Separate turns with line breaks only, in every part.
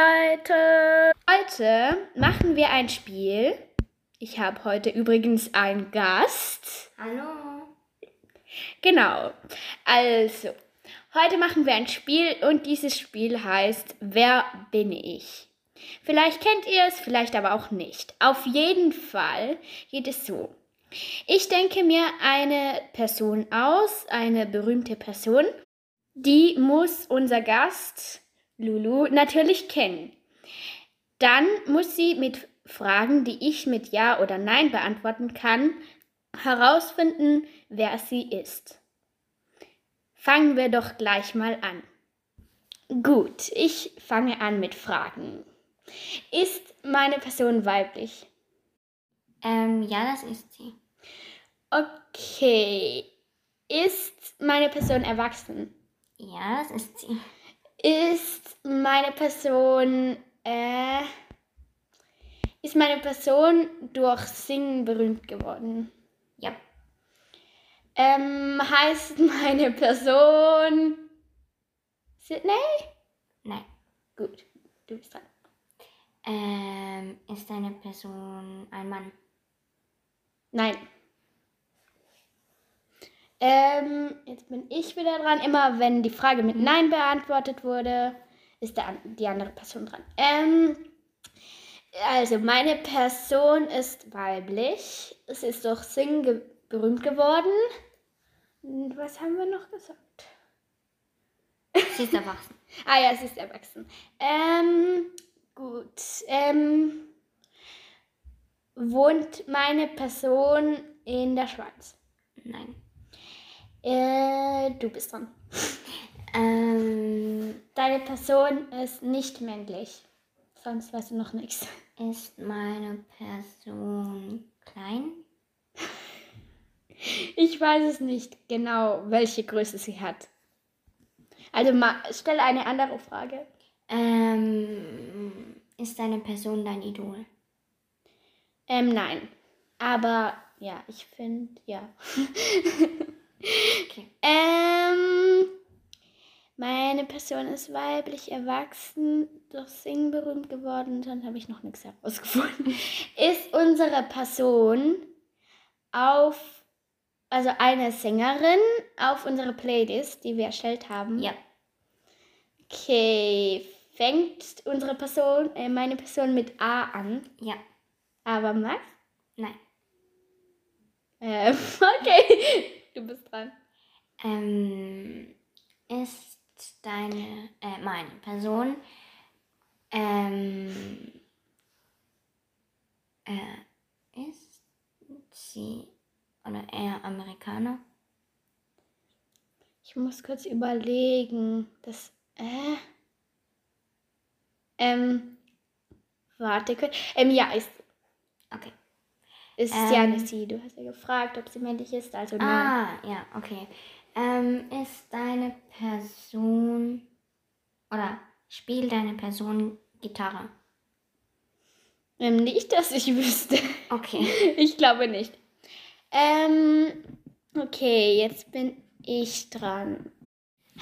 Seite.
Heute machen wir ein Spiel. Ich habe heute übrigens einen Gast.
Hallo.
Genau. Also, heute machen wir ein Spiel und dieses Spiel heißt Wer bin ich? Vielleicht kennt ihr es, vielleicht aber auch nicht. Auf jeden Fall geht es so. Ich denke mir eine Person aus, eine berühmte Person. Die muss unser Gast, Lulu, natürlich kennen. Dann muss sie mit Fragen, die ich mit Ja oder Nein beantworten kann, herausfinden, wer sie ist. Fangen wir doch gleich mal an. Gut, ich fange an mit Fragen. Ist meine Person weiblich?
Ähm, ja, das ist sie.
Okay. Ist meine Person erwachsen?
Ja, das ist sie.
Ist meine Person, äh, ist meine Person durch Singen berühmt geworden?
Ja.
Ähm, heißt meine Person Sydney?
Nein.
Gut, du bist dran.
Ähm, ist eine Person ein Mann?
Nein. Ähm, jetzt bin ich wieder dran. Immer wenn die Frage mit Nein beantwortet wurde, ist der, an- die andere Person dran. Ähm, also meine Person ist weiblich. Es ist durch Singen ge berühmt geworden. Und was haben wir noch gesagt?
Sie ist erwachsen.
Ah ja, sie ist erwachsen. Ähm, gut. Ähm, wohnt meine Person in der Schweiz?
Nein.
Äh, du bist dran.
Ähm,
Deine Person ist nicht männlich. Sonst weißt du noch nichts.
ist meine Person klein?
Ich weiß es nicht genau, welche Größe sie hat. Also ma- stell eine andere Frage.
Ähm, ist deine Person dein Idol?
Ähm, nein. Aber ja, ich finde, ja.
Okay.
Ähm, meine Person ist weiblich, erwachsen, durch Singen berühmt geworden. Dann habe ich noch nichts herausgefunden. ist unsere Person auf, also eine Sängerin auf unsere Playlist, die wir erstellt haben?
Ja.
Okay. Fängt unsere Person, äh, meine Person mit A an.
Ja.
Aber Max?
Nein.
Ähm, okay. Du bist dran.
Ähm, ist deine, äh, meine Person, ähm, äh, ist sie oder er Amerikaner?
Ich muss kurz überlegen. Das. Äh. Ähm. Warte kurz. Ähm, ja, ist,
Okay.
ist
Ähm.
ja eine sie. Du hast ja gefragt, ob sie männlich ist. Also nein.
Ah, ja, okay. Ähm, ist deine Person oder spielt deine Person Gitarre?
Ähm, nicht, dass ich wüsste.
Okay.
ich glaube nicht. Ähm. Okay, jetzt bin ich dran.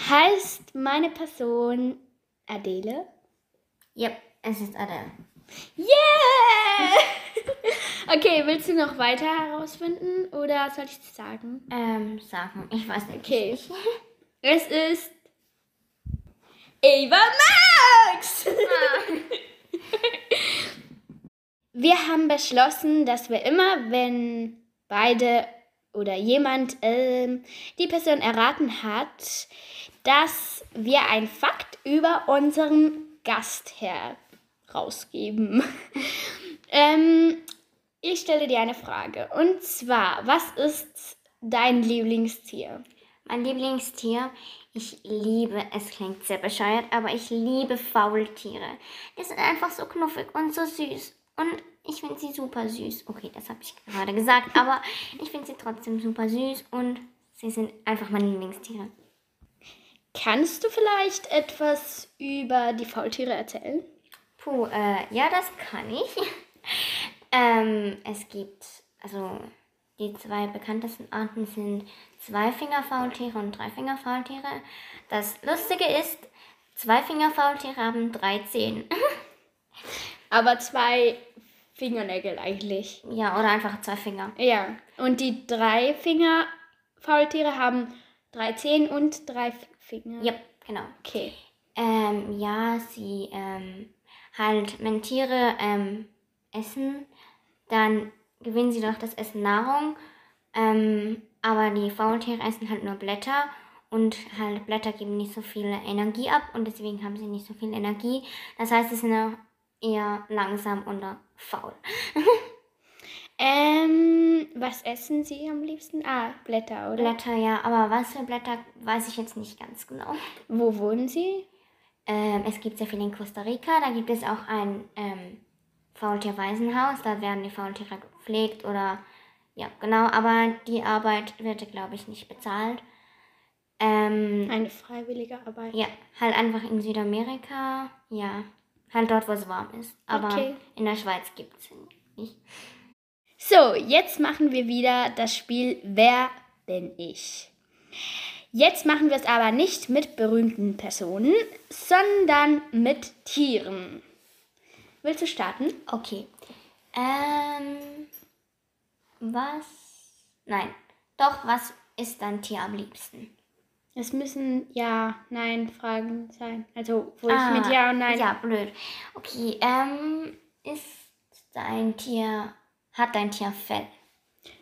Heißt meine Person Adele?
Yep, es ist Adele.
Yeah! okay, willst du noch weiter herausfinden oder soll ich es sagen?
Ähm, sagen, ich weiß nicht.
Okay. Es ist Eva Max! Ah. wir haben beschlossen, dass wir immer, wenn beide oder jemand ähm, die Person erraten hat, dass wir einen Fakt über unseren Gast herausgeben. ähm, ich stelle dir eine Frage. Und zwar, was ist dein Lieblingstier?
Mein Lieblingstier, ich liebe, es klingt sehr bescheuert, aber ich liebe Faultiere. Die sind einfach so knuffig und so süß. Und ich finde sie super süß. Okay, das habe ich gerade gesagt, aber ich finde sie trotzdem super süß und sie sind einfach meine Lieblingstiere.
Kannst du vielleicht etwas über die Faultiere erzählen?
Puh, äh, ja, das kann ich. ähm, es gibt, also die zwei bekanntesten Arten sind Zweifingerfaultiere und Dreifingerfaultiere. Das Lustige ist, Zweifingerfaultiere haben drei Zehen.
Aber zwei Fingernägel eigentlich.
Ja, oder einfach zwei Finger.
Ja. Und die drei Finger Faultiere haben drei Zehen und drei F- Finger.
Ja, genau.
Okay.
Ähm, ja, sie, ähm, halt, wenn Tiere, ähm, essen, dann gewinnen sie durch das Essen Nahrung. Ähm, aber die Faultiere essen halt nur Blätter und halt Blätter geben nicht so viel Energie ab und deswegen haben sie nicht so viel Energie. Das heißt, sie sind auch eher langsam und äh, faul.
Ähm, was essen sie am liebsten? Ah, Blätter, oder?
Blätter, ja, aber was für Blätter weiß ich jetzt nicht ganz genau.
Wo wohnen sie?
Ähm, es gibt sehr viel in Costa Rica. Da gibt es auch ein ähm, Faultierwaisenhaus. Da werden die Faultiere gepflegt oder ja, genau. Aber die Arbeit wird, glaube ich, nicht bezahlt. Ähm,
Eine freiwillige Arbeit.
ja, halt einfach in Südamerika. Ja, halt dort, wo es warm ist. Aber
Okay.
in der Schweiz gibt es nicht.
So, jetzt machen wir wieder das Spiel Wer bin ich? Jetzt machen wir es aber nicht mit berühmten Personen, sondern mit Tieren. Willst du starten?
Okay. Ähm, was? Nein. Doch, was ist dein Tier am liebsten?
Es müssen ja, nein Fragen sein. Also, wo
Ah,
ich mit ja und nein.
Ja, blöd. Okay, ähm, ist dein Tier, hat dein Tier Fell?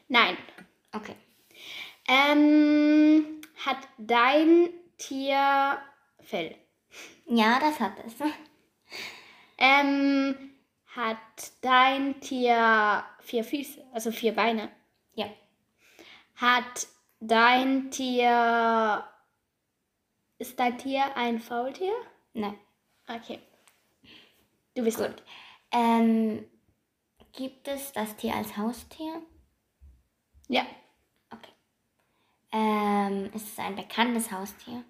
Nein.
Okay.
Ähm, hat dein Tier Fell?
Ja, das hat es.
Ähm, hat dein Tier vier Füße, also vier Beine?
Ja.
Hat dein Tier. Ist dein Tier ein Faultier?
Nein.
Okay. Du bist gut.
Ähm, gibt es das Tier als Haustier?
Ja.
Ähm, ist es ein bekanntes Haustier?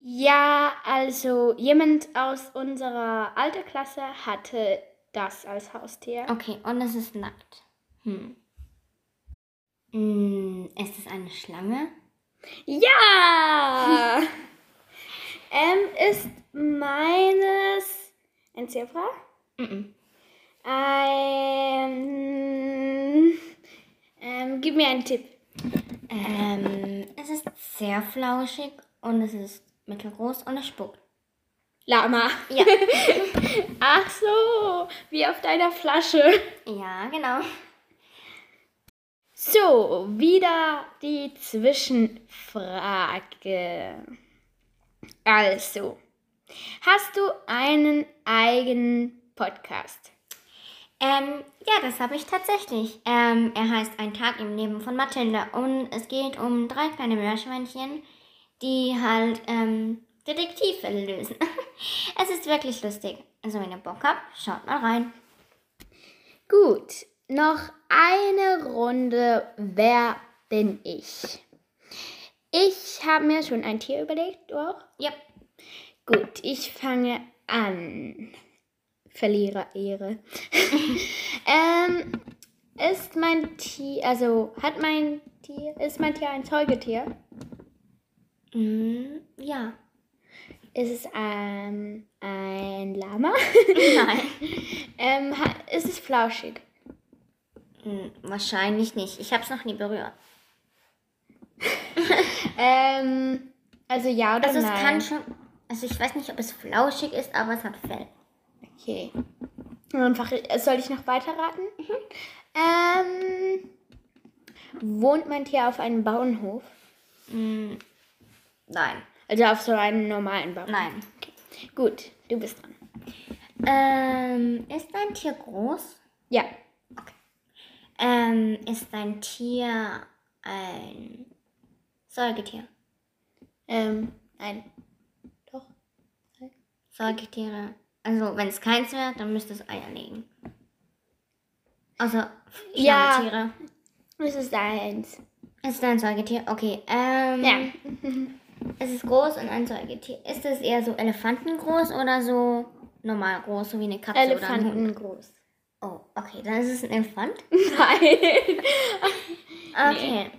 Ja, also jemand aus unserer Alterklasse hatte das als Haustier.
Okay, und es ist nackt. Hm. Mm, ist es eine Schlange?
Ja! ähm, ist meines ein Zebra?
Mhm.
Ein. Ähm, gib mir einen Tipp.
Ähm, es ist sehr flauschig und es ist mittelgroß und es spuckt.
Lama.
Ja.
Ach so, wie auf deiner Flasche.
ja, genau.
So, wieder die Zwischenfrage. Also, hast du einen eigenen Podcast?
Ähm, ja, das habe ich tatsächlich. Ähm, er heißt Ein Tag im Leben von Mathilda und es geht um drei kleine Meerschweinchen, die halt ähm, Detektivfälle lösen. es ist wirklich lustig. Also wenn ihr Bock habt, schaut mal rein.
Gut, noch eine Runde. Wer bin ich? Ich habe mir schon ein Tier überlegt, du auch?
Ja,
Gut, ich fange an. Verliererehre. ähm, ist mein Tier, also hat mein Tier, ist mein Tier ein Säugetier?
mm, ja.
Ist es ähm, ein Lama?
Nein.
ähm, ha- ist es flauschig?
Mm, wahrscheinlich nicht. Ich habe es noch nie berührt.
Ähm, also ja oder
Also es
nein?
kann schon... Also ich weiß nicht, ob es flauschig ist, aber es hat Fell.
Okay. Einfach, äh, soll ich noch weiter raten?
Mhm.
Ähm, wohnt mein Tier auf einem Bauernhof?
Mm, nein.
Also auf so einem normalen Bauernhof?
Nein.
Gut, du bist dran.
Ähm, ist dein Tier groß?
Ja.
Ähm, ist dein Tier ein Säugetier?
Ähm, nein. Doch.
Säugetiere. Also, wenn es keins wäre, dann müsste es Eier legen. Also,
Ja.
Schlammtiere.
Es ist eins.
Ist es ein Säugetier? Okay. Ähm,
Ja.
Es ist groß und ein Säugetier. Ist es eher so elefantengroß oder so normal groß, so wie eine Katze oder ein Hund?
groß.
Oh, okay. Dann ist es ein Elefant.
Nein.
Okay.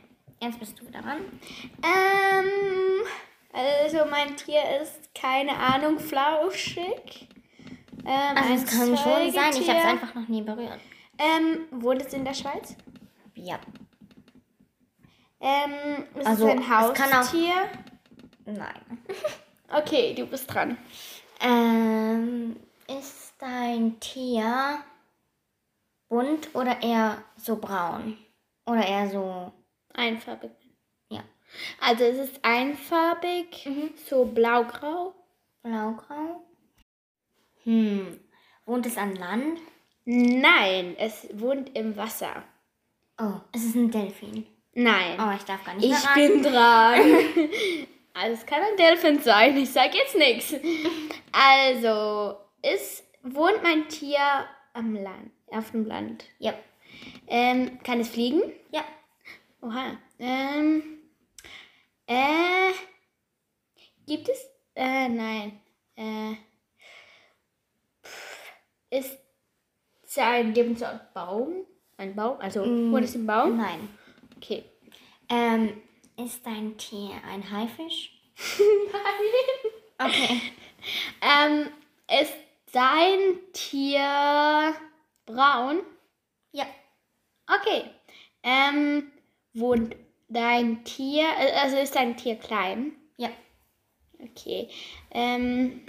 Jetzt bist du daran.
ähm, also mein Tier ist, keine Ahnung, flauschig. Ähm,
Also
ein
es kann schon sein, ich habe
Säugetier.
es einfach noch nie berührt.
Ähm, wohnt es in der Schweiz?
Ja.
Ähm, ist
Also,
es ein
es kann auch-
Haustier?
Nein.
Okay, du bist dran.
Ähm, ist dein Tier bunt oder eher so braun? Oder eher so.
Einfarbig.
Ja.
Also es ist einfarbig, so blau-grau.
Blaugrau? Hm. Wohnt es an Land?
Nein, es wohnt im Wasser.
Oh, es ist ein Delfin.
Nein.
Oh, ich darf gar nicht
ich
mehr ran.
bin dran. also es kann ein Delfin sein, ich sag jetzt nichts. Also, ist, wohnt mein Tier am Land, auf dem Land?
Ja.
Ähm, kann es fliegen?
Ja.
Oha. Ähm, äh, gibt es? Äh, nein. Äh, pff, ist sein Lebensort Baum? Ein Baum? Also,
Mm,
wurde es im Baum?
Nein.
Okay.
Ähm, ist dein Tier ein Haifisch?
Nein.
Okay.
Ähm, ist sein Tier braun?
ja.
Okay. Ähm, wohnt dein Tier, äh, also ist dein Tier klein?
Ja.
Okay. Ähm,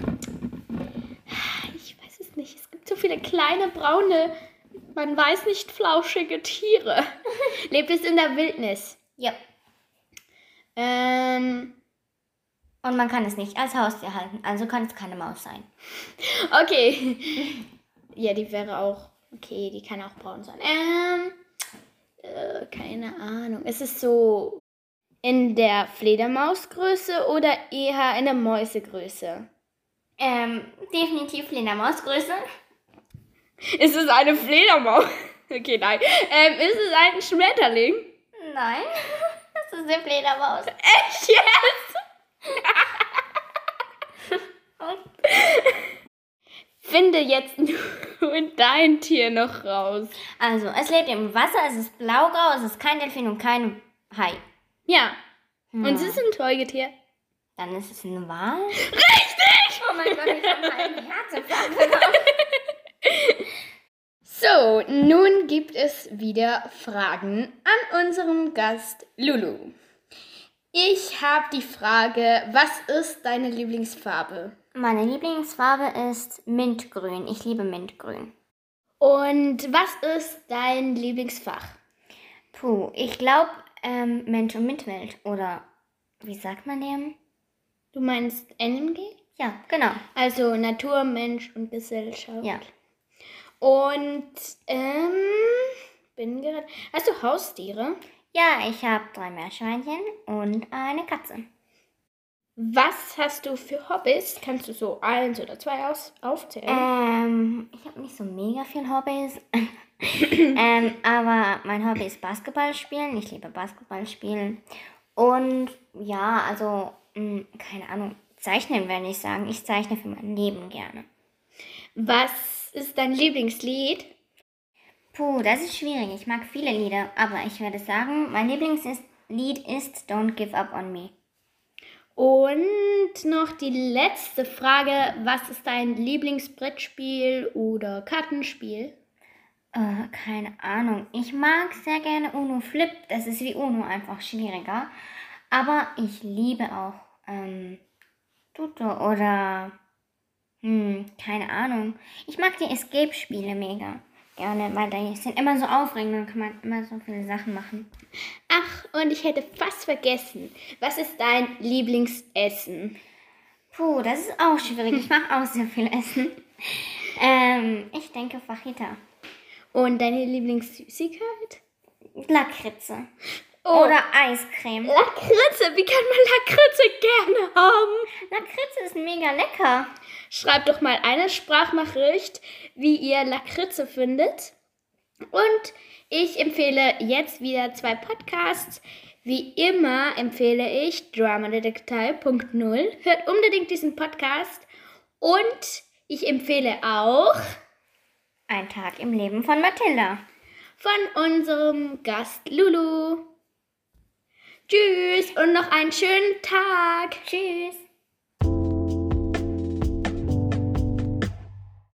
ich weiß es nicht. Es gibt so viele kleine braune, man weiß nicht, flauschige Tiere. Lebt es in der Wildnis?
Ja.
Ähm,
Und man kann es nicht als Haustier halten, also kann es keine Maus sein.
okay. Ja, die wäre auch. Okay, die kann auch braun sein. Ähm, äh, keine Ahnung. Ist es so in der Fledermausgröße oder eher in der Mäusegröße?
Ähm, definitiv Fledermausgröße.
Ist es eine Fledermaus? Okay, nein. Ähm, ist es ein Schmetterling?
Nein, das ist eine Fledermaus.
Echt jetzt? Finde jetzt nur dein Tier noch raus.
Also, es lebt im Wasser, es ist blaugrau, es ist kein Delfin und kein Hai.
Ja. Und es
Hm.
ist ein Säugetier.
Dann ist es ein Wal. Richtig! Oh mein Gott, ich habe meinen Herzinfarkt.
So, nun gibt es wieder Fragen an unseren Gast Lulu. Ich habe die Frage, was ist deine Lieblingsfarbe?
Meine Lieblingsfarbe ist Mintgrün. Ich liebe Mintgrün.
Und was ist dein Lieblingsfach?
Puh, ich glaube ähm, Mensch und Mitwelt. Oder wie sagt man dem?
Du meinst NMG?
Ja, genau.
Also Natur, Mensch und Gesellschaft.
Ja.
Und, ähm, bin gerade. Hast du Haustiere?
Ja, ich habe drei Meerschweinchen und eine Katze.
Was hast du für Hobbys? Kannst du so eins oder zwei aus aufzählen?
Ähm, ich habe nicht so mega viel Hobbys. ähm, aber mein Hobby ist Basketball spielen. Ich liebe Basketball spielen. Und ja, also, mh, keine Ahnung, zeichnen werde ich sagen. Ich zeichne für mein Leben gerne.
Was ist dein Lieblingslied?
Puh, das ist schwierig. Ich mag viele Lieder, aber ich werde sagen, mein Lieblingslied ist Don't Give Up on Me.
Und noch die letzte Frage. Was ist dein Lieblingsbrettspiel oder Kartenspiel?
Äh, keine Ahnung. Ich mag sehr gerne Uno Flip. Das ist wie Uno einfach schwieriger. Aber ich liebe auch ähm, Tuto oder hm, keine Ahnung. Ich mag die Escape-Spiele mega gerne, weil die sind immer so aufregend und kann man immer so viele Sachen machen.
Ach, und ich hätte fast vergessen. Was ist dein Lieblingsessen?
Puh, das ist auch schwierig. Ich mache auch sehr viel Essen. Ähm, ich denke Fajita.
Und deine Lieblingssüßigkeit?
Lakritze.
Oh.
Oder Eiscreme.
Lakritze, wie kann man Lakritze gerne haben?
Lakritze ist mega lecker.
Schreibt doch mal eine Sprachnachricht, wie ihr Lakritze findet. Und ich empfehle jetzt wieder zwei Podcasts. Wie immer empfehle ich Dramadetektei.0. Hört unbedingt diesen Podcast. Und ich empfehle auch
Ein Tag im Leben von Mathilda.
von unserem Gast Lulu. Tschüss und noch einen schönen Tag.
Tschüss.